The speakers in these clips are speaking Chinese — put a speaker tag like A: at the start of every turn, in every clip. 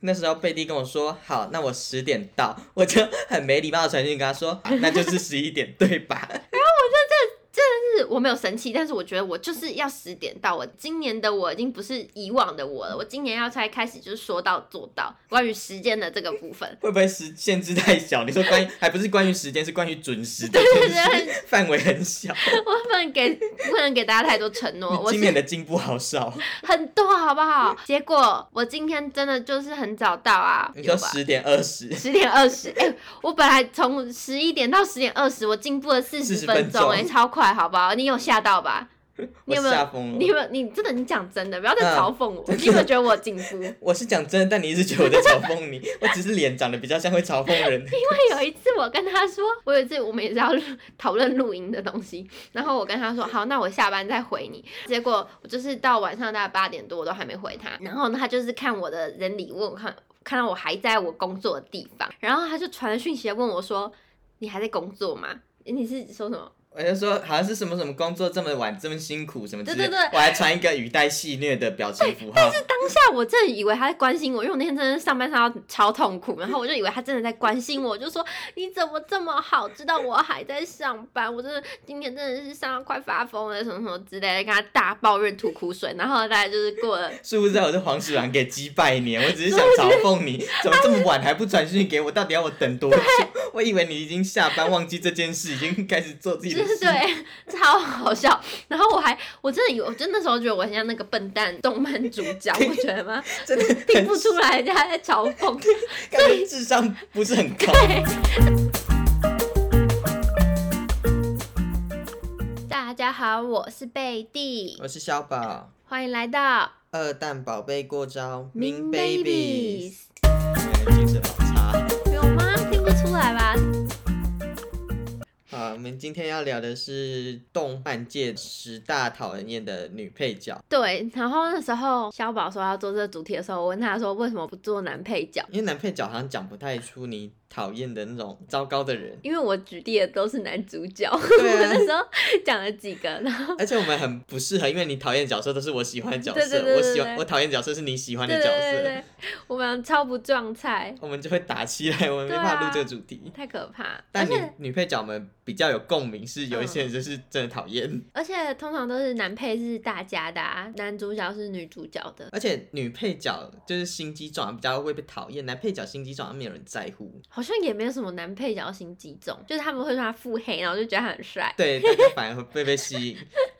A: 那时候贝蒂跟我说好，那我十点到， 我就很没礼貌的传讯跟他说，啊那就是十一点对吧？ 。
B: 是我没有生气，但是我觉得我就是要十点到。我今年的我已经不是以往的我了，我今年要才开始就是说到做到关于时间的这个部分
A: 会不会时限制太小？你说关于还不是关于时间，是关于准时的
B: 对对对，
A: 范围很小。
B: 我不能给不能给大家太多承诺，
A: 你
B: 我
A: 今年
B: 是
A: 的进步好少，
B: 很多好不好？结果我今天真的就是很早到啊，
A: 你
B: 有
A: 说
B: 吧？
A: 十点二十，
B: 十点二十，哎，我本来从十一点到十点二十，我进步了四
A: 40
B: 十
A: 分
B: 分钟，
A: 钟
B: 哎，超快，好不好？你有吓到吧？
A: 我
B: 你有没有
A: 吓疯
B: 你有
A: 了。
B: 没有？你真的，你讲真的，不要再
A: 嗯
B: 嘲讽我。你有没有觉得我有进步？
A: 我是讲真的，但你一直觉得我在嘲讽你， 我只是脸长得比较像会嘲讽人。
B: 因为有一次我跟他说，我有一次我们也是要录讨论露营的东西，然后我跟他说好，那我下班再回你。结果我就是到晚上大概八点多，我都还没回他。然后呢，他就是看我的人礼物，看看到我还在我工作的地方，然后他就传讯息来问我说：“你还在工作吗？”诶你是说什么？
A: 我就说好像是什么什么工作这么晚这么辛苦什么之类的，
B: 对对对
A: 我还传一个语带戏谑的表情 符号，
B: 当下我真的以为他在关心我，因为我那天真的上班上到超 痛苦，然后我就以为他真的在关心我，我就说你怎么这么好，知道我还在上班，我真的今天真的是上到快发疯了，什么什么之类的，跟他大抱怨吐苦水，然后大概就是 过了，
A: 殊不知我是黄鼠狼给鸡拜年，我只是想嘲讽你，怎么这么晚还不传讯给我？到底要我等多久？我以为你已经下班，忘记这件事，已经开始做自己
B: 就
A: 的
B: 是
A: 事。
B: 对，超好笑。然后我还我真的以为，我真的那时候觉得我很像那个笨蛋动漫主角，我觉得吗？
A: 真的
B: 听不出来人家在嘲讽。
A: 感觉智商不是很高。
B: 大家好，我是贝蒂，
A: 我是小宝，
B: 欢迎来到
A: 二蛋宝贝过招
B: Mean
A: 明
B: Babies，
A: 哎精神好差。
B: 有吗？听不出来吧？
A: 好，我们今天要聊的是动漫界十大讨人厌的女配角，
B: 对，然后那时候小宝说要做这个主题的时候，我问他说为什么不做男配角？。
A: 因为男配角好像讲不太出你讨厌的那种糟糕的 人
B: 因为我举例的都是男主角，
A: 对
B: 我
A: 啊
B: 那时候讲了几个，然 后
A: 而且我们很不适合，因为你讨厌角色都是我喜欢的角色，
B: 对对对对
A: 我喜欢
B: 对
A: 我讨厌角色是你喜欢的
B: 对
A: 角
B: 对
A: 色，
B: 对对，我们超不撞菜，
A: 我们就会打起来，我们没
B: 对啊
A: 办法录这个主题。
B: 太可怕。而
A: 但女
B: 且嗯
A: 女配角们比较有共鸣，是有一些人就是真的讨厌，
B: 而且通常都是男配是大家的、啊，男主角是女主角的，
A: 而且女配角就是心机重，比较会被讨厌，男配角心机重，没有人在乎。
B: 好像也没有什么男配角心机重，就是他们会说他腹黑，然后就觉得他很帅，
A: 对， 大家反而会被被吸引。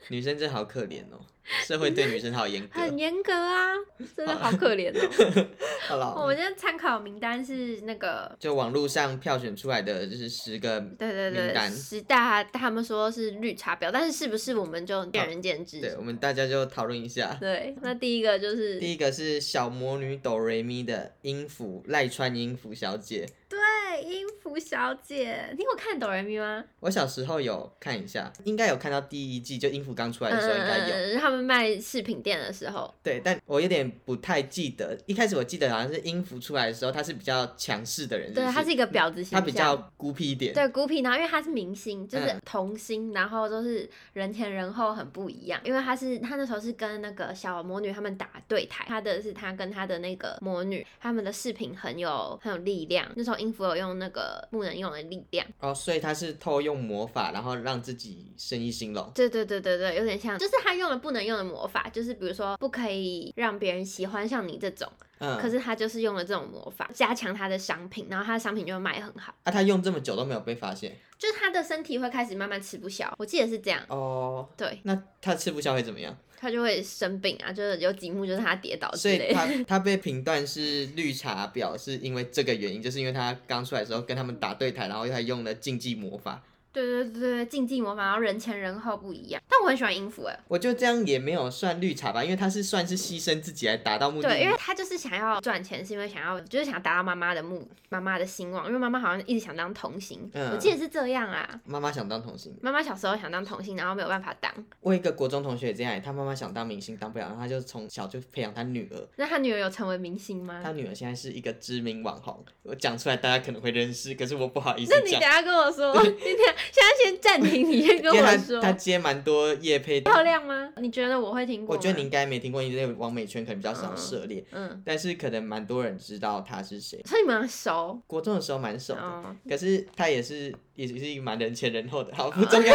A: 女生真的好可怜哦，社会对女生好 严格。
B: 很严格啊，真的好可怜哦。
A: 好 了，
B: 我们今天参考名单是那个。
A: 就网络上票选出来的就是十个，
B: 对对
A: 名单
B: 对，十大他们说是绿茶婊，但是是不是我们就见仁见智。
A: 对我们大家就讨论一下。
B: 对，那第一个就是
A: 第一个是小魔女哆瑞咪的音符赖川音符小姐，
B: 对音符小姐，你有看哆来咪吗？
A: 我小时候有看一下，应该有看到第一季，就音符刚出来的时候应该有。
B: 嗯，他们卖饰品店的时候，
A: 对，但我有点不太记得，一开始我记得好像是音符出来的时候，她是比较强势的人是不
B: 对，她是一个婊子形
A: 她
B: 象，
A: 比较孤僻一点。
B: 对孤僻，然后因为他是明星，就是
A: 嗯
B: 童星，然后都是人前人后很不一样。因为他是他那时候是跟那个小魔女他们打对台，他的是他跟他的那个魔女，他们的饰品很有很有力量。那时候音符有用那个不能用的力量，
A: 哦，所以她是偷用魔法，然后让自己生意兴隆。
B: 对对对对对，有点像，就是他用了不能用的魔法，就是比如说不可以让别人喜欢像你这种，
A: 嗯，
B: 可是他就是用了这种魔法加强他的商品，然后他的商品就会卖很好，
A: 啊，她用这么久都没有被发现。
B: 就是他的身体会开始慢慢吃不消，我记得是这样。
A: 哦，
B: 对
A: 那她吃不消会怎么样？
B: 他就会生病啊，就是有几幕就是他跌倒哦之
A: 所
B: 类
A: 以
B: 的。
A: 她 她被评断是绿茶婊，是因为这个原因，就是因为她刚出来的时候跟他们打对台，然后她用了禁忌魔法。
B: 对对对对，竞技魔法，然后人前人后不一样。但我很喜欢音符哎，
A: 我就这样也没有算绿茶吧，因为她是算是牺牲自己来达到目的。
B: 对，因为他就是想要赚钱，是因为想要就是想达到妈妈的目妈妈的兴望，因为妈妈好像一直想当童星，
A: 嗯
B: 我记得是这样啊。
A: 妈妈想当童星，
B: 妈妈小时候想当童星，然后没有办法当。
A: 我有一个国中同学也这样，他妈妈想当明星当不了，然后他就从小就培养他女儿，
B: 那他女儿有成为明星吗？
A: 他女儿现在是一个知名网红，我讲出来大家可能会认识，可是我不好意思
B: 那你等
A: 讲
B: 一。下跟我说，你等一下现在先暂停，你先跟
A: 因为
B: 我
A: 他
B: 说。
A: 他接蛮多夜配的，
B: 漂亮啊吗？你觉得我会听过
A: 我
B: 吗？
A: 觉得你应该没听过，因为王美圈可能比较少
B: 嗯
A: 涉猎，
B: 嗯，
A: 但是可能蛮多人知道他是谁。
B: 所以你们熟
A: 国中的时候蛮熟的，
B: 哦。
A: 可是他也是也是一个蛮人前人后的，好不重 要。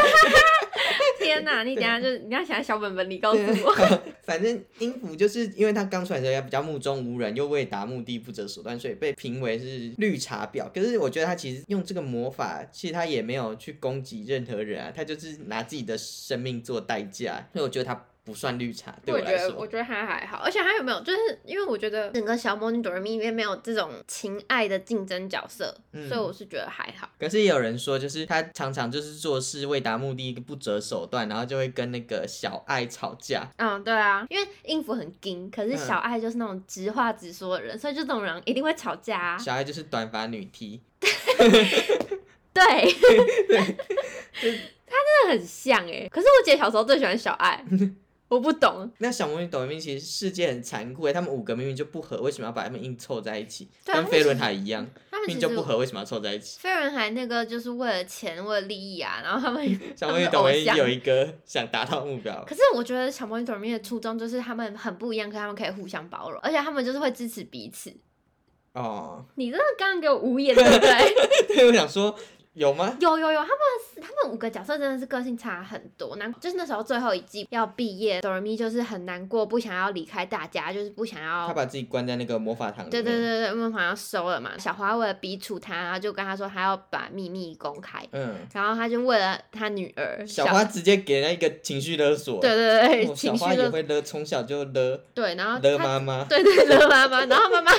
B: 天哪，你等一下就你要写在小本本里告诉
A: 对
B: 我。
A: 反正音符就是因为他刚出来的时候也比较目中无人，又为达目的不择手段，所以被评为是绿茶婊。可是我觉得他其实用这个魔法，其实他也没有去攻击任何人啊，他就是拿自己的生命做代价，所以我觉得他不算绿茶，对
B: 我觉
A: 来
B: 得，我
A: 说。
B: 觉得他还好，而且他有没有，就是因为我觉得整个小魔女哆瑞咪里面没有这种情爱的竞争角色，
A: 嗯
B: 所以我是觉得还好。
A: 可是也有人说，就是他常常就是做事为达目的不择手段，然后就会跟那个小爱吵架。
B: 嗯，对啊，因为应付很硬，可是
A: 嗯
B: 小爱就是那种直话直说的人，所以就这种人一定会吵架、啊。
A: 小爱就是短发女 T，
B: 对，他真的很像哎、可是我姐小时候最喜欢小 爱，我不懂。
A: 那小魔女抖音其实世界很残酷诶，他们五个明明就不合，为什么要把他们硬凑在一起？
B: 对
A: 跟
B: 啊他们
A: 飞轮
B: 其
A: 海一样，
B: 他们
A: 命
B: 其
A: 就
B: 实
A: 不合，为什么要凑在一起？
B: 飞轮海那个就是为了钱，为了利益啊，然后他们
A: 小
B: 他
A: 魔
B: 们
A: 女
B: 的
A: 抖
B: 偶
A: 音
B: 像
A: 有一个想达到目标，
B: 可是我觉得小魔女朵咪的初衷就是他们很不一样，可他们可以互相包容，而且他们就是会支持彼此。
A: 哦，
B: 你真的刚刚给我无言，对不对？
A: 对，我想说有吗？
B: 有有有，他们他们五个角色真的是个性差很多。难就是那时候最后一季要毕业，哆瑞咪就是很难过，不想要离开大家，就是不想要
A: 他把自己关在那个魔法堂里面，
B: 对对对对，因为好像收了嘛。小花为了逼处他，然后就跟他说他要把秘密公开，
A: 嗯，
B: 然后他就为了他女儿
A: 小花直接给人家一个情绪勒索，
B: 对对
A: 哦
B: 对，
A: 小
B: 情
A: 花
B: 绪
A: 也
B: 的
A: 会勒，从小就勒
B: 对，然后
A: 勒
B: 他
A: 妈妈，
B: 对 对勒妈妈，然后妈妈，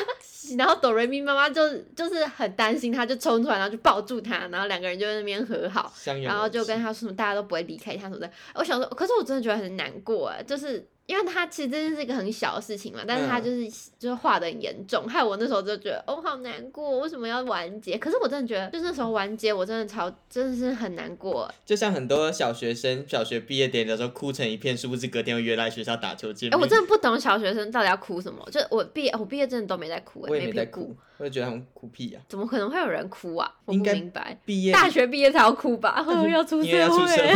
B: 然后哆瑞咪妈妈就就是很担心，她就冲出来，然后就抱住他，然后两个人就在那边和好。
A: 相拥而泣，
B: 然后就跟他说什么大家都不会离开他什么的。我想说，可是我真的觉得很难过哎，就是因为他其实真的是一个很小的事情嘛，但是他
A: 嗯
B: 就是、就是画的很严重，害我那时候就觉得哦好难过，为什么要完结？可是我真的觉得，就那时候完结，我真的超真的是很难过
A: 就像很多小学生小学毕业典礼的时候哭成一片，殊不知隔天会约来学校打球见
B: 哎、
A: 面。
B: 我真的不懂小学生到底要哭什么，就我毕业我毕业真的都没在哭哎，
A: 我也没在
B: 屁股
A: 哭，我就觉得他们哭屁呀、
B: 怎么可能会有人哭啊？我
A: 应
B: 不
A: 该
B: 明白。
A: 毕业
B: 大学毕业才要哭吧， 要出
A: 因为要
B: 社
A: 出社
B: 会。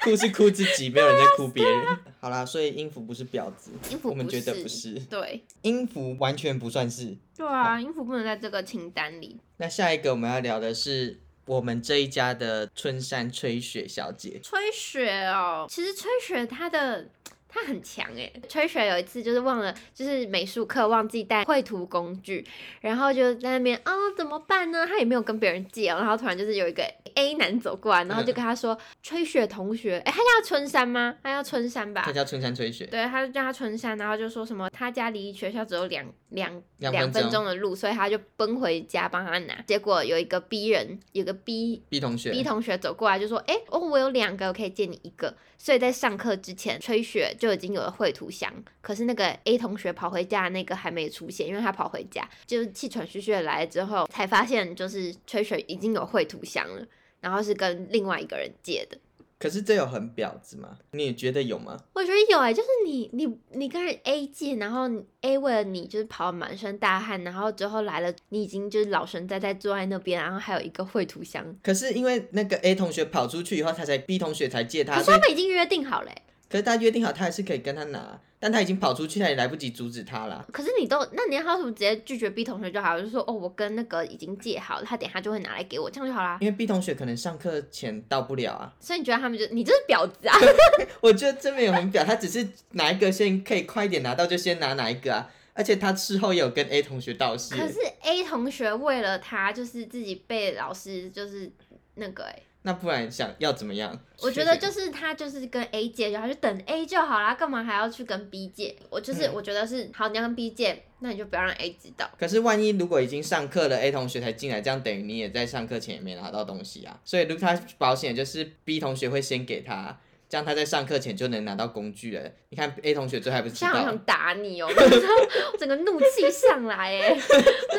A: 会，哭是哭自己，没有人在哭 别人。好啦，所以音符不是婊子，
B: 音符
A: 我们
B: 不
A: 觉得
B: 是
A: 不是，
B: 对
A: 音符完全不算是。
B: 对啊，音符不能在这个清单里。
A: 那下一个我们要聊的是我们这一家的春山吹雪小姐，
B: 吹雪哦，其实吹雪她的。她很强哎、吹雪有一次就是忘了，就是美术课忘记带绘图工具，然后就在那边啊、怎么办呢？她也没有跟别人借哦，然后突然就是有一个 A 男走过来，然后就跟她说：“吹雪同学，哎、她叫春山吗？她叫春山吧
A: 她？叫春山吹雪。
B: 啊对，她就叫她春山，然后就说什么她家离学校只有两两
A: 两
B: 两
A: 分
B: 分钟的路，所以她就奔回家帮她拿。结果有一个 B 人，有个 B
A: B 同学
B: B 同学走过来就说：“哎、哦，我有两个，我可以借你一个。”所以在上课之前，吹雪就已经有了绘图箱，可是那个 A 同学跑回家的那个还没出现，因为他跑回家就是气喘吁吁的来了之后，才发现就是吹雪已经有绘图箱了，然后是跟另外一个人借的。
A: 可是这有很婊子吗？你也觉得有吗？
B: 我觉得有哎、就是你你你跟人 A 借，然后你 A 为了你就是跑得满身大汗，然后之后来了，你已经就是老神在在坐在那边，然后还有一个绘图箱，
A: 可是因为那个 A 同学跑出去以后，他才 B 同学才借
B: 可
A: 他，
B: 是
A: 啊所以
B: 他们已经约定好了欸、
A: 可是他约定好，他还是可以跟他拿，但他已经跑出去，他也来不及阻止他啦。
B: 可是你都，那你要什么直接拒绝 B 同学就好了，就说哦，我跟那个已经借好了，他等一下就会拿来给我，这样就好啦。
A: 因为 B 同学可能上课前到不了啊，
B: 所以你觉得他们就 你就是婊子啊？
A: 我觉得真没有很表，他只是哪一个先可以快一点拿到就先拿哪一个啊，而且他事后也有跟 A 同学道
B: 可
A: 谢，
B: 是 A 同学为了他，就是自己被老师就是那个哎、
A: 那不然想要怎么样？
B: 我觉得就是是他就是跟 A 借，然后就等 A 就好啦，干嘛还要去跟 B 借？我就是、
A: 嗯
B: 我觉得是好，你要跟 B 借，那你就不要让 A 知道。
A: 可是万一如果已经上课了，A 同学才进来，这样等于你也在上课前也没拿到东西啊，所以如果他保险就是 B 同学会先给他。这样他在上课前就能拿到工具了。你看 A 同学最后还不知
B: 现在好想
A: 道，
B: 打你哦、 那时候我整个怒气上来 哎、真的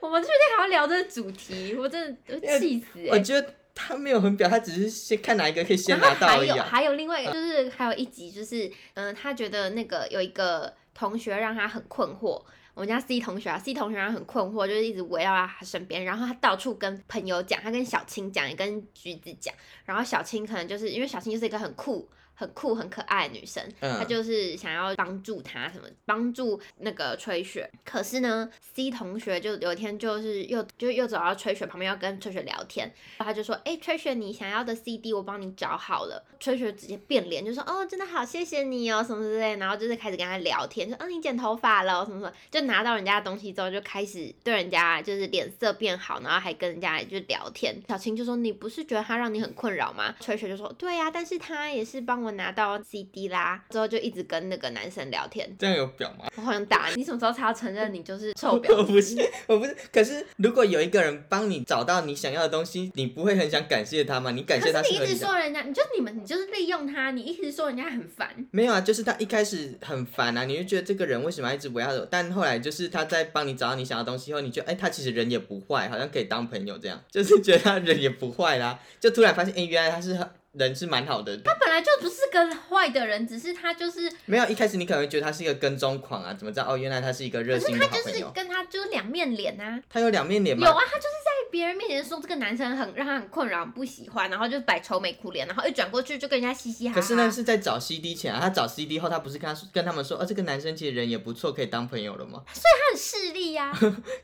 B: 我们确定还要聊这个主题，我真的我气死哎、
A: 我觉得他没有很表，他只是先看哪一个可以先
B: 然后
A: 拿到
B: 还
A: 而已
B: 有
A: 啊。
B: 还有另外一个，就是还有一集，就是嗯、呃他觉得那个有一个同学让他很困惑，我们家 C 同学啊，C 同学然后很困惑，就是一直围绕在他身边，然后他到处跟朋友讲，他跟小青讲，也跟橘子讲，然后小青可能就是因为小青就是一个很酷。很酷、很可爱的女生，
A: 嗯
B: 她就是想要帮助她什么，帮助那个吹雪。可是呢，C 同学就有一天就是又就又走到吹雪旁边，要跟吹雪聊天，他就说：“哎、吹雪，你想要的 CD 我帮你找好了。”吹雪直接变脸，就说：“哦，真的好，谢谢你哦，什么之类。”然后就是开始跟他聊天，说：“嗯、你剪头发了哦，什么什么。”就拿到人家的东西之后，就开始对人家就是脸色变好，然后还跟人家就聊天。小青就说：“你不是觉得他让你很困扰吗？”吹雪就说：“对呀、但是他也是帮我拿到 CD 啦。”之后就一直跟那个男生聊天。
A: 这样有表吗？
B: 我好想打你，你什么时候才要承认你就是臭婊
A: 我
B: 子？
A: 不是，我不是。可是如果有一个人帮你找到你想要的东西，你不会很想感谢他吗？你感谢他
B: 可是你
A: 合
B: 一直
A: 理的。
B: 说人家，你就你们，你就是利用他，你一直说人家很烦。
A: 没有啊，就是他一开始很烦啊，你就觉得这个人为什么要一直围绕着我？但后来就是他在帮你找到你想要的东西后，你觉得哎、他其实人也不坏，好像可以当朋友这样，就是觉得他人也不坏啦，就突然发现哎、原来他是很人是蛮好的。
B: 他本来就不是个坏的人，只是他就是，
A: 没有一开始你可能会觉得他是一个跟踪狂啊，怎么知道哦？原来他是一个热
B: 可是
A: 心
B: 他
A: 的好
B: 就
A: 朋
B: 是
A: 友。
B: 跟他就是两面脸啊。
A: 他有两面脸
B: 有
A: 吗？
B: 啊，他就是在别人面前说这个男生很让他很困扰，很不喜欢，然后就摆愁眉苦脸，然后一转过去就跟人家嘻嘻哈哈。
A: 可是那是在找 CD 前啊，他找 CD 后，他不是跟他说跟他们说，哦，这个男生其实人也不错，可以当朋友了吗？
B: 他很势利呀、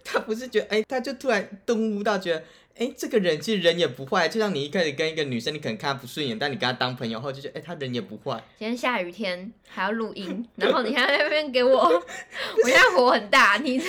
A: 他不是觉得，哎、他就突然顿悟到，觉得，哎、这个人其实人也不坏。就像你一开始跟一个女生，你可能看她不顺眼，但你跟她当朋友后，就觉得，哎、她人也不坏。
B: 今天下雨天还要录音，然后你还在那边 给我，我现在火很大，你这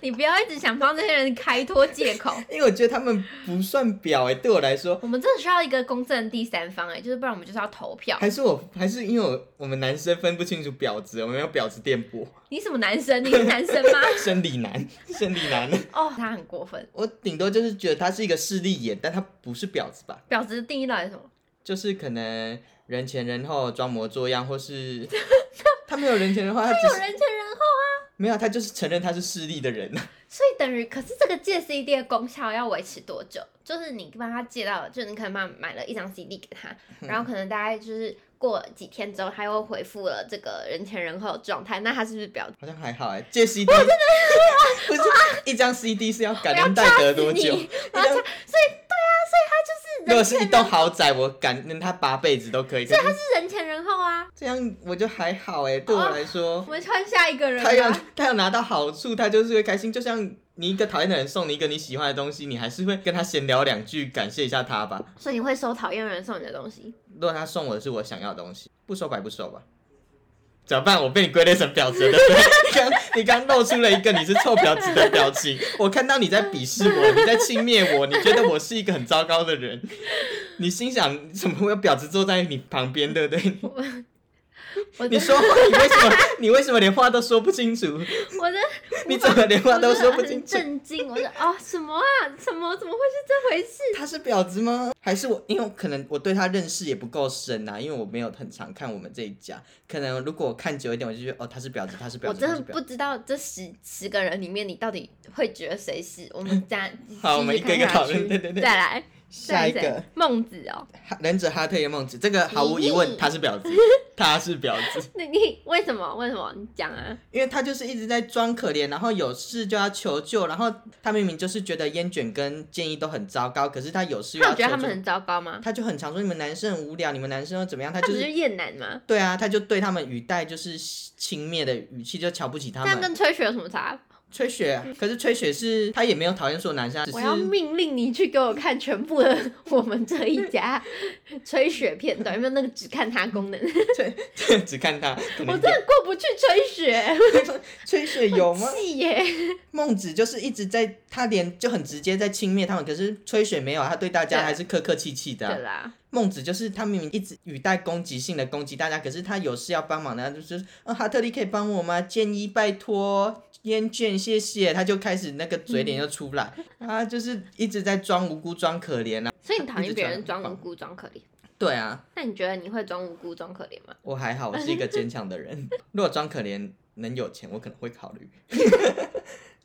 B: 你不要一直想帮这些人开脱借口。
A: 因为我觉得他们不算表、哎，对我来说，
B: 我们真的需要一个公正的第三方哎、就是不然我们就是要投票。
A: 还是我还是因为我我们男生分不清楚婊子，我们有婊子电波，
B: 你什么男生？你是男生 吗？
A: 生理男，生理男。
B: 哦，他很过分。
A: 我顶多就是觉得他是一个势利眼，但他不是婊子吧？
B: 婊子的定义到底 是什么？
A: 就是可能人前人后装模作样，或是 他没有人前人后，他只
B: 有
A: 是
B: 人前人后，
A: 没有，他就是承认他是势利的人。
B: 所以等于，可是这个借 CD 的功效要维持多久？就是你帮他借到了，就是你可能帮他买了一张 CD 给他，
A: 嗯
B: 然后可能大概就是过几天之后，他又恢复了这个人前人后的状态，那他是不是婊子？
A: 好像还好哎、借 CD，不是一张 CD 是要感恩戴德多久？
B: 我要
A: 一张如果
B: 人
A: 是一
B: 前
A: 栋豪宅，我感恩他八辈子都可以。可是
B: 是人前人后啊，
A: 这样我就还好哎、对我来说，
B: 我们换下一个哦人啊
A: 他要
B: 吧。
A: 他要拿到好处，他就是会开心。就像你一个讨厌的人送你一个你喜欢的东西，你还是会跟他闲聊两句，感谢一下他吧。
B: 所以你会收讨厌的人送你的东西？
A: 如果他送我的是我想要的东西，不收白不收吧。怎么办？我被你归类成婊子了，对不对？刚你刚露出了一个你是臭婊子的表情，我看到你在鄙视我，你在轻蔑我，你觉得我是一个很糟糕的人，你心想怎么会有婊子坐在你旁边，对不对？
B: 我
A: 你
B: 真的，
A: 说话，你为什么你为什么连话都说不清楚？
B: 我真的，
A: 你怎么连话
B: 我
A: 都
B: 真
A: 说
B: 的
A: 不
B: 很
A: 清楚？
B: 震惊。我说哦，什么啊？什么？怎么会是这回事？
A: 他是婊子吗？还是我？因为我可能我对他认识也不够深啊，因为我没有很常看我们这一家。可能如果我看久一点，我就觉得哦，他是婊子，他是婊
B: 我
A: 子，
B: 真
A: 他
B: 的
A: 是婊
B: 不
A: 子。
B: 知道这十十个人里面，你到底会觉得谁是？我们 再
A: 好我们
B: 继续
A: 一个一个
B: 看下
A: 讨论
B: 去
A: 对对对
B: 再来，
A: 下一
B: 再来
A: 个
B: 谁孟子哦，
A: 哈忍者哈特的孟子，这个毫无疑
B: 咦
A: 问他是婊 子，他是婊子，
B: 那你为什么？为什么？你讲 啊？
A: 因为他就是一直在装可怜，然后有事就要求救，然后他明明就是觉得烟卷跟建议都很糟糕，可是他有事又
B: 他
A: 要
B: 有
A: 求
B: 觉得他
A: 救
B: 们，很糟糕吗？
A: 他就很常说你们男生很无聊，你们男生又怎么样，他
B: 他
A: 就
B: 不是
A: 是。
B: 厌男吗？
A: 对啊，他就对他们语带就是轻蔑的语气，就瞧不起他
B: 这
A: 们
B: 样。跟吹雪有什么差？
A: 吹雪，啊可是吹雪是她也没有讨厌所有男生啊，只
B: 嗯我要
A: 是
B: 命令你去给我看全部的我们这一 家吹雪片段，有没有那个只看他功能？我
A: 只看他。可能
B: 真的过不去吹雪，
A: 吹雪有 吗？
B: 气耶！
A: 孟子就是一直在，他连就很直接在轻蔑他们，可是吹雪没有啊，他对大家
B: 对
A: 还是客客气气的啊、
B: 对啦，
A: 孟子就是他明明一直语带攻击性的攻击大家，可是他有事要帮忙的，他就是啊哈特利可以帮我吗？建议拜托。烟卷，谢谢，他就开始那个嘴脸就出 来，啊，就是一直在装无辜、装可怜啊。
B: 所以你讨厌别人
A: 一直讲
B: 装无辜、装可怜。
A: 对啊，
B: 那你觉得你会装无辜、装可怜吗？
A: 我还好，我 是一个坚强的人。如果装可怜能有钱，我可能会考虑。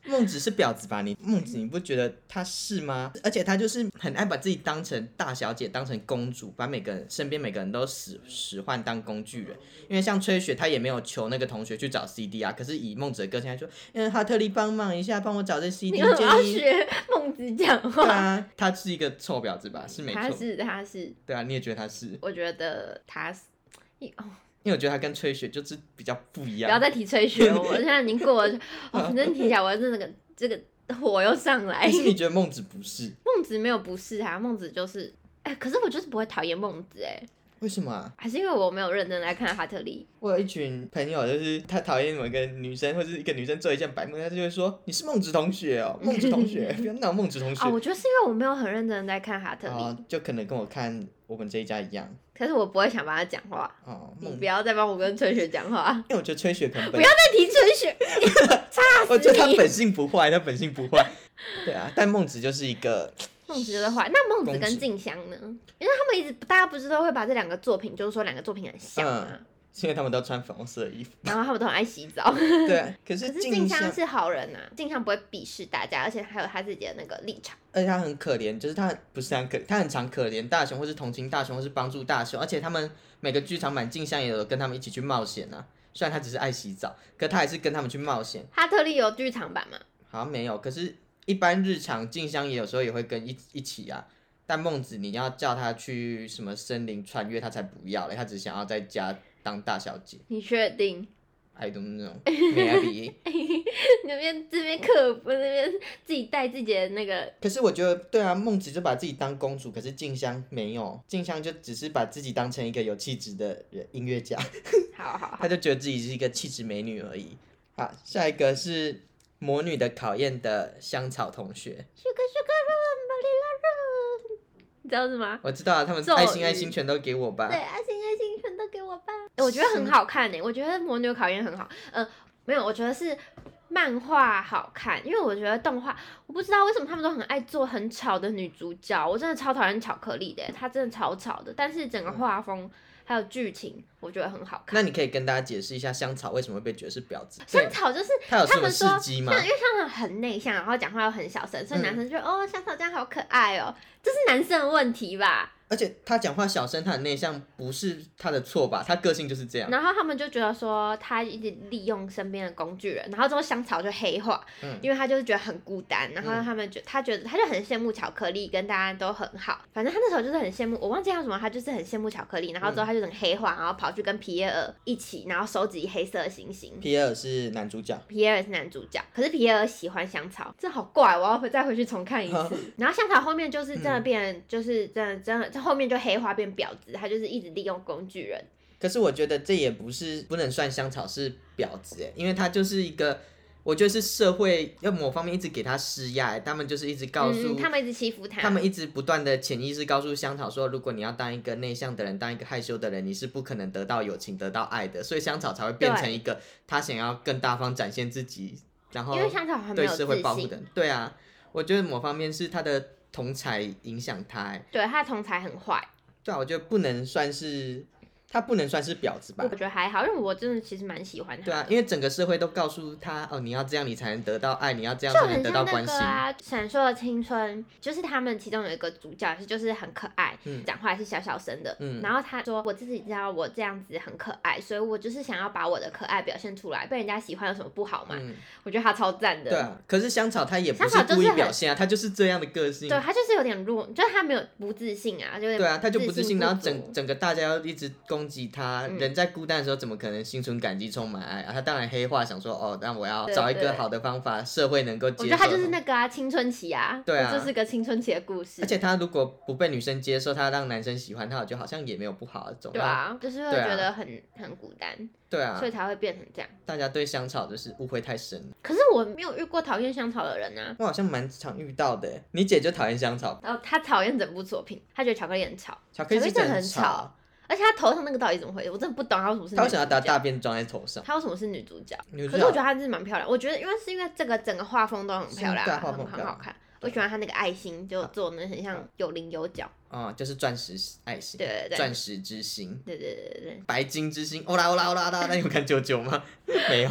A: 孟 孟子是婊子吧？你孟子，你不觉得他是吗？而且他就是很爱把自己当成大小姐，当成公主，把每个人身边每个人都使使唤当工具人。因为像吹雪，他也没有求那个同学去找 CD 啊，可是以孟子的个性来说，嗯，哈特利帮忙一下，帮我找这 CD
B: 你为什么要
A: 建议。
B: 学孟子讲
A: 对
B: 话？
A: 啊，他是一个臭婊子吧？是没
B: 他
A: 错。
B: 是他是，
A: 对啊，你也觉得他是？
B: 我觉得他是。一哦，
A: 因为我觉得他跟吹雪就是比较不一
B: 不要
A: 样。
B: 再提吹雪，我现在已经 过了。哦，反正提起来，我真的个这个火又上来
A: 但。是你觉得孟子不是？
B: 孟子没有不是啊，孟子就是，哎、可是我就是不会讨厌孟子、哎，
A: 为什么、啊？
B: 还是因为我没有认真来看哈特利。
A: 我有一群朋友，就是他讨厌某个女生，或者一个女生做一件白目，他就会说你是孟子同学哦，孟子同学，不要闹孟子同学
B: 哦，我觉得是因为我没有很认真地在看哈特利，
A: 啊，就可能跟我看我们这一家一样
B: 可是我不会想帮他讲话。
A: 哦。
B: 你
A: 孟
B: 不，要再帮我跟吹雪讲 话，
A: 因为我觉得吹雪可能
B: 不
A: 本
B: 要，再提吹雪。
A: 我 觉得他
B: 你
A: 本性不坏，他本性不坏，对啊，但孟子就是一个
B: 孟子就是坏，那孟子
A: 公
B: 跟
A: 子
B: 静香呢？因为他们一直大家不是都会把这两个作品，就是说两个作品很像嘛，
A: 因为他们都穿粉红色的衣服，
B: 然后他们都很爱洗 澡。
A: 对啊、可
B: 可
A: 是
B: 是
A: 静
B: 静香
A: 香，
B: 是好人呐、啊，静香不会鄙视大家，而且还有他自己的那个立场。
A: 而且他很可怜，就是他不是很可，他很常可怜大雄，或是同情大雄，或是帮助大雄，而且他们每个剧场版静香也有跟他们一起去冒险啊。虽然他只是爱洗澡，可他还是跟他们去冒险。
B: 哈特利有剧场版嘛？
A: 好像没有，可是，一般日常静香也有时候也会跟一一起啊。但孟子，你要叫他去什么森林穿越，他才不要嘞，他只想要在家当大小姐。
B: 你确定？
A: I don't know, maybe 。
B: 那边这边刻薄，那边自己带自己的那个，
A: 可是我觉得，对啊，孟子就把自己当公主，可是静香没有，静香就只是把自己当成一个有气质的人音乐 家。
B: 好好好，
A: 她就觉得自己是一个气质美女而已。好，下一个是魔女的考验的香草同学，
B: 你知道是吗？
A: 我知道啊，他们
B: 咒
A: 爱心爱
B: 语
A: 心全都给我吧
B: 对，。爱心爱心全都给我吧。我觉得很好看呢、我觉得《魔女考验》很好。呃，没有，我觉得是漫画好看，因为我觉得动画，我不知道为什么他们都很爱做很吵的女主角，我真的超讨厌巧克力的、她真的超吵的。但是整个画风还有剧情，我觉得很好看。
A: 那你可以跟大家解释一下香草为什么会被觉得是婊子？
B: 香草就是
A: 她有
B: 他
A: 什么
B: 们
A: 事
B: 说
A: 迹吗
B: 像，？因为他们很内向，然后讲话又很小声，所以
A: 嗯
B: 男生就觉得、哦，香草这样好可爱哦，这是男生的问题吧？
A: 而且她讲话小声，她很内向，不是她的错吧？她个性就是这样。
B: 然后他们就觉得说他一直利用身边的工具人，然后之后香草就黑化，
A: 嗯
B: 因为他就是觉得很孤单，然后
A: 嗯
B: 他们觉他觉得他就很羡慕巧克力跟大家都很好，反正他那时候就是很羡慕，我忘记叫什么，他就是很羡慕巧克力，
A: 嗯
B: 然后之后他就很黑化，然后跑去跟皮耶尔一起，然后收集黑色的星星。
A: 皮埃尔是男主角，
B: 皮耶尔是男主角，可是皮耶尔喜欢香草，这好怪，我要回再回去重看一 次。然后香草后面就是真的变，
A: 嗯
B: 就是真的真的，这后面就黑化变婊子，他就是一直利用工具人。
A: 可是我觉得这也不是不能算香草是婊子哎，因为她就是一个，我觉得是社会要某方面一直给她施压欸，他们就是一直告诉、
B: 嗯，他们一直欺负
A: 他们一直不断的潜意识告诉香草说，如果你要当一个内向的人，当一个害羞的人，你是不可能得到友情、得到爱的，所以香草才会变成一个他想要更大方展现自己，然后
B: 因为香草很没
A: 对
B: 有自
A: 社会报复
B: 信，
A: 的人。对啊，我觉得某方面是他的同才影响他、欸。
B: 对他的同才很坏，
A: 对啊，我觉得不能算是他不能算是婊子吧
B: 我。觉得还好，因为我真的其实蛮喜欢
A: 对
B: 他。
A: 啊，因为整个社会都告诉他哦，你要这样你才能得到爱，你要这样
B: 就
A: 才能
B: 很
A: 得到
B: 像那
A: 关
B: 个
A: 心。
B: 啊，《闪烁的青春》，就是他们其中有一个主角是就是很可爱，
A: 嗯
B: 讲话也是小小声的，
A: 嗯
B: 然后他说我自己知道我这样子很可爱，所以我就是想要把我的可爱表现出来，被人家喜欢有什么不好嘛？
A: 嗯，
B: 我觉得他超赞的，
A: 对啊。可是香草他也不
B: 香
A: 是
B: 草就是
A: 故意
B: 很
A: 表现啊，他就是这样的个性。
B: 对他就是有点弱，就是他没有不自信啊，就有点
A: 对啊，他就不自信，
B: 不
A: 然后
B: 足
A: 整整个大家要一直攻击他。
B: 嗯
A: 人在孤单的时候，怎么可能心存感激、充满爱啊？他当然黑化，想说哦，那我要
B: 对
A: 找一
B: 对
A: 个好的方法，社会能够
B: 我
A: 接
B: 觉
A: 受。
B: 得他就是那个啊，青春期啊，
A: 对啊
B: 这是个青春期的故事
A: 而。且他如果不被女生接受，他让男生喜欢他，我觉得好像也没有不好啊，总
B: 对啊，就是会
A: 对啊
B: 觉得很、很孤单，
A: 对啊
B: 所以，才会变成这样。
A: 大家对香草就是误会太深了。
B: 可是我没有遇过讨厌香草的人啊。
A: 我好像蛮常遇到的欸，你姐就讨厌香草，
B: 然后他讨厌整部作品，他觉得巧克力很吵，
A: 巧克力
B: 巧克
A: 是
B: 力
A: 真的
B: 很
A: 很
B: 吵。而且他头上那个到底怎么回事？我真的不懂他为什么是女
A: 他为什么要
B: 主
A: 把
B: 角
A: 大便装在头上？
B: 他为什么是女主角？
A: 女主
B: 可是我觉
A: 角
B: 得她是蛮漂亮，我觉得因为是因为这个整个画风都很漂亮啊，
A: 是对画风嗯
B: 很
A: 漂
B: 很好
A: 亮
B: 看。我喜欢他那个爱心，就做的很像有棱有角。
A: 啊、就是钻石爱心，
B: 对对对
A: 钻石之心。
B: 对对对对对，
A: 白金之星，欧哦啦欧啦欧啦欧啦，那有看九九吗？ 没有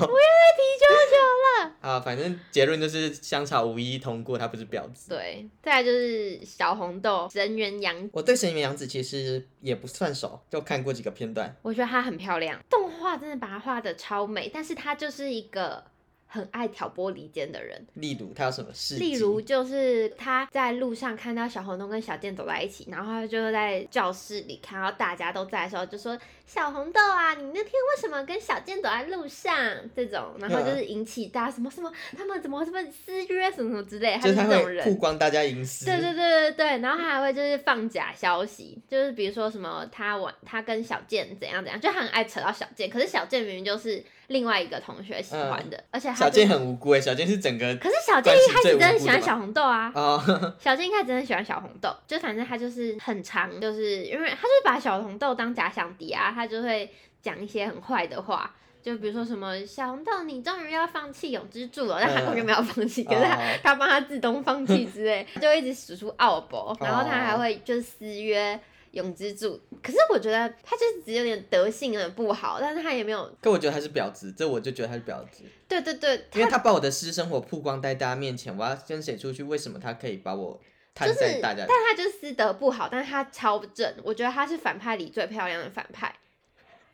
A: 啊，反正结论就是香草无一通过，他不是婊子。
B: 对，再来就是小红豆神原阳，
A: 我对神原凉子其实也不算熟，就看过几个片段。
B: 我觉得她很漂亮，动画真的把她画的超美，但是她就是一个很爱挑拨离间的人。
A: 例如他有什么事？
B: 例如，就是她在路上看到小红豆跟小健走在一起，然后她就在教室里看到大家都在的时候，就说：“小红豆啊，你那天为什么跟小健走在路上？”这种，然
A: 嗯
B: 后就是引起大家什么什么，他们怎么什么私约什么什么之类，她
A: 就是是他
B: 这种
A: 会
B: 人。
A: 曝光大家隐私。
B: 对对对对对，然后他还会就是放假消息，就是比如说什么他玩他跟小健怎样怎样，就他很爱扯到小健，可是小健明明就是另外一个同学喜欢的，而且他、
A: 嗯
B: 就是、
A: 小健很无辜哎，小健是整个
B: 可是小健一开始真的喜欢
A: 关系最无辜的吧
B: 小红豆啊，
A: 啊，
B: 小健一开始真的喜欢小红豆，就反正他就是很长，就是因为他就是把小红豆当假想敌啊，他就会讲一些很坏的话。就比如说什么小红豆，你终于要放弃永之助了，但
A: 嗯
B: 韩国就没有放弃，可是他
A: 哦
B: 他帮他自动放弃之类，就一直使出奥
A: 哦
B: 博，然后他还会就是私约永之助。可是我觉得他就是只有点德性有点不好，但是他也没有
A: 可我觉得他是婊子，这我就觉得他是婊子，
B: 对对对，
A: 因为
B: 他
A: 他把我的私生活曝光在大家面前，我要跟谁出去？为什么他可以把我摊
B: 就是
A: 在大家
B: 但？他就是私德不好，但是他超正，我觉得他是反派里最漂亮的反派，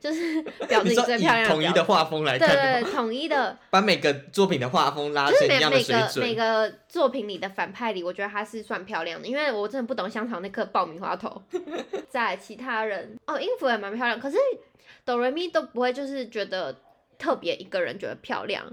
B: 就是 婊子
A: 你
B: 里
A: 说
B: 最
A: 以
B: 漂亮
A: 统一
B: 婊
A: 的
B: 子。
A: 画风来
B: 对
A: 看的
B: 对，
A: 话，
B: 对统一的，
A: 把每个作品的画风拉
B: 就是
A: 成
B: 每
A: 一样的
B: 每
A: 水
B: 个每
A: 准，
B: 个作品里的反派里，我觉得他是算漂亮的，因为我真的不懂香草那颗爆米花头。 在其他人哦，音符也蛮漂亮，可是哆瑞咪都不会就是觉得特别一个人觉得漂亮，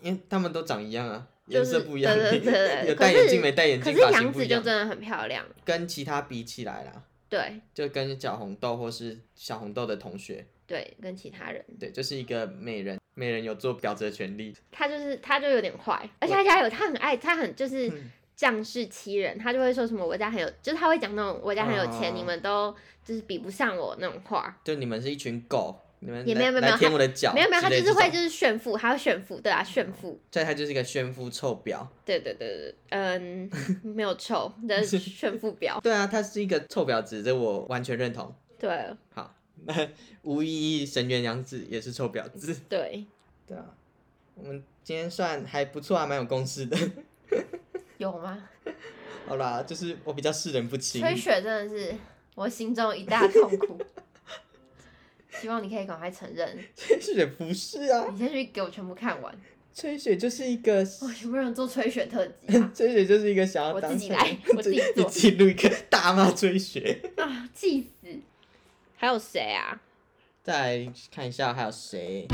A: 因为他们都长一样啊，
B: 就
A: 颜
B: 是
A: 色不一样，
B: 对对对对对
A: 有戴
B: 可是
A: 眼镜没戴眼
B: 可
A: 镜，
B: 是
A: 发
B: 杨
A: 型不
B: 紫
A: 一
B: 就
A: 样
B: 真，的很漂亮，
A: 跟其他比起来啦，
B: 对
A: 就跟小红豆或是小红豆的同学，
B: 对，跟其他人，
A: 对，就是一个美人，美人有做婊子的权利。
B: 他就是他就有点坏，而且他家有他很爱他很就是
A: 嗯
B: 仗势欺人，他就会说什么我家很有，就是他会讲那种我家很有
A: 哦
B: 钱，你们都就是比不上我那种话。
A: 就你们是一群狗，你们
B: 也
A: 来
B: 没有没有没有
A: 来舔我的脚，
B: 没有没有，他
A: 之类
B: 就是会
A: 这
B: 就
A: 种，
B: 是炫富，他会炫富，对啊，炫富，
A: 对，他就是一个炫富臭婊。
B: 对对对对，嗯，没有臭的 炫富表，
A: 对啊，他是一个臭婊子，这我完全认同。
B: 对
A: 好， 那无意义神原良子也是臭婊子。
B: 对，
A: 对啊，我们今天算还不错，还蛮有共识的。
B: 有吗？
A: 好啦，就是我比较世人不清。
B: 吹雪真的是我心中一大痛苦， 希望你可以赶快承认，
A: 吹雪不是啊，
B: 你先去给我全部看完，
A: 吹雪就是一个，
B: 哦，有没有人做吹雪特辑 啊？
A: 吹雪就是一个想要
B: 我
A: 当
B: 自己
A: 成
B: 来我自己
A: 你
B: 做
A: 自己录一个大骂吹雪。
B: 啊，气死！还有谁啊？
A: 再来看一下还有谁？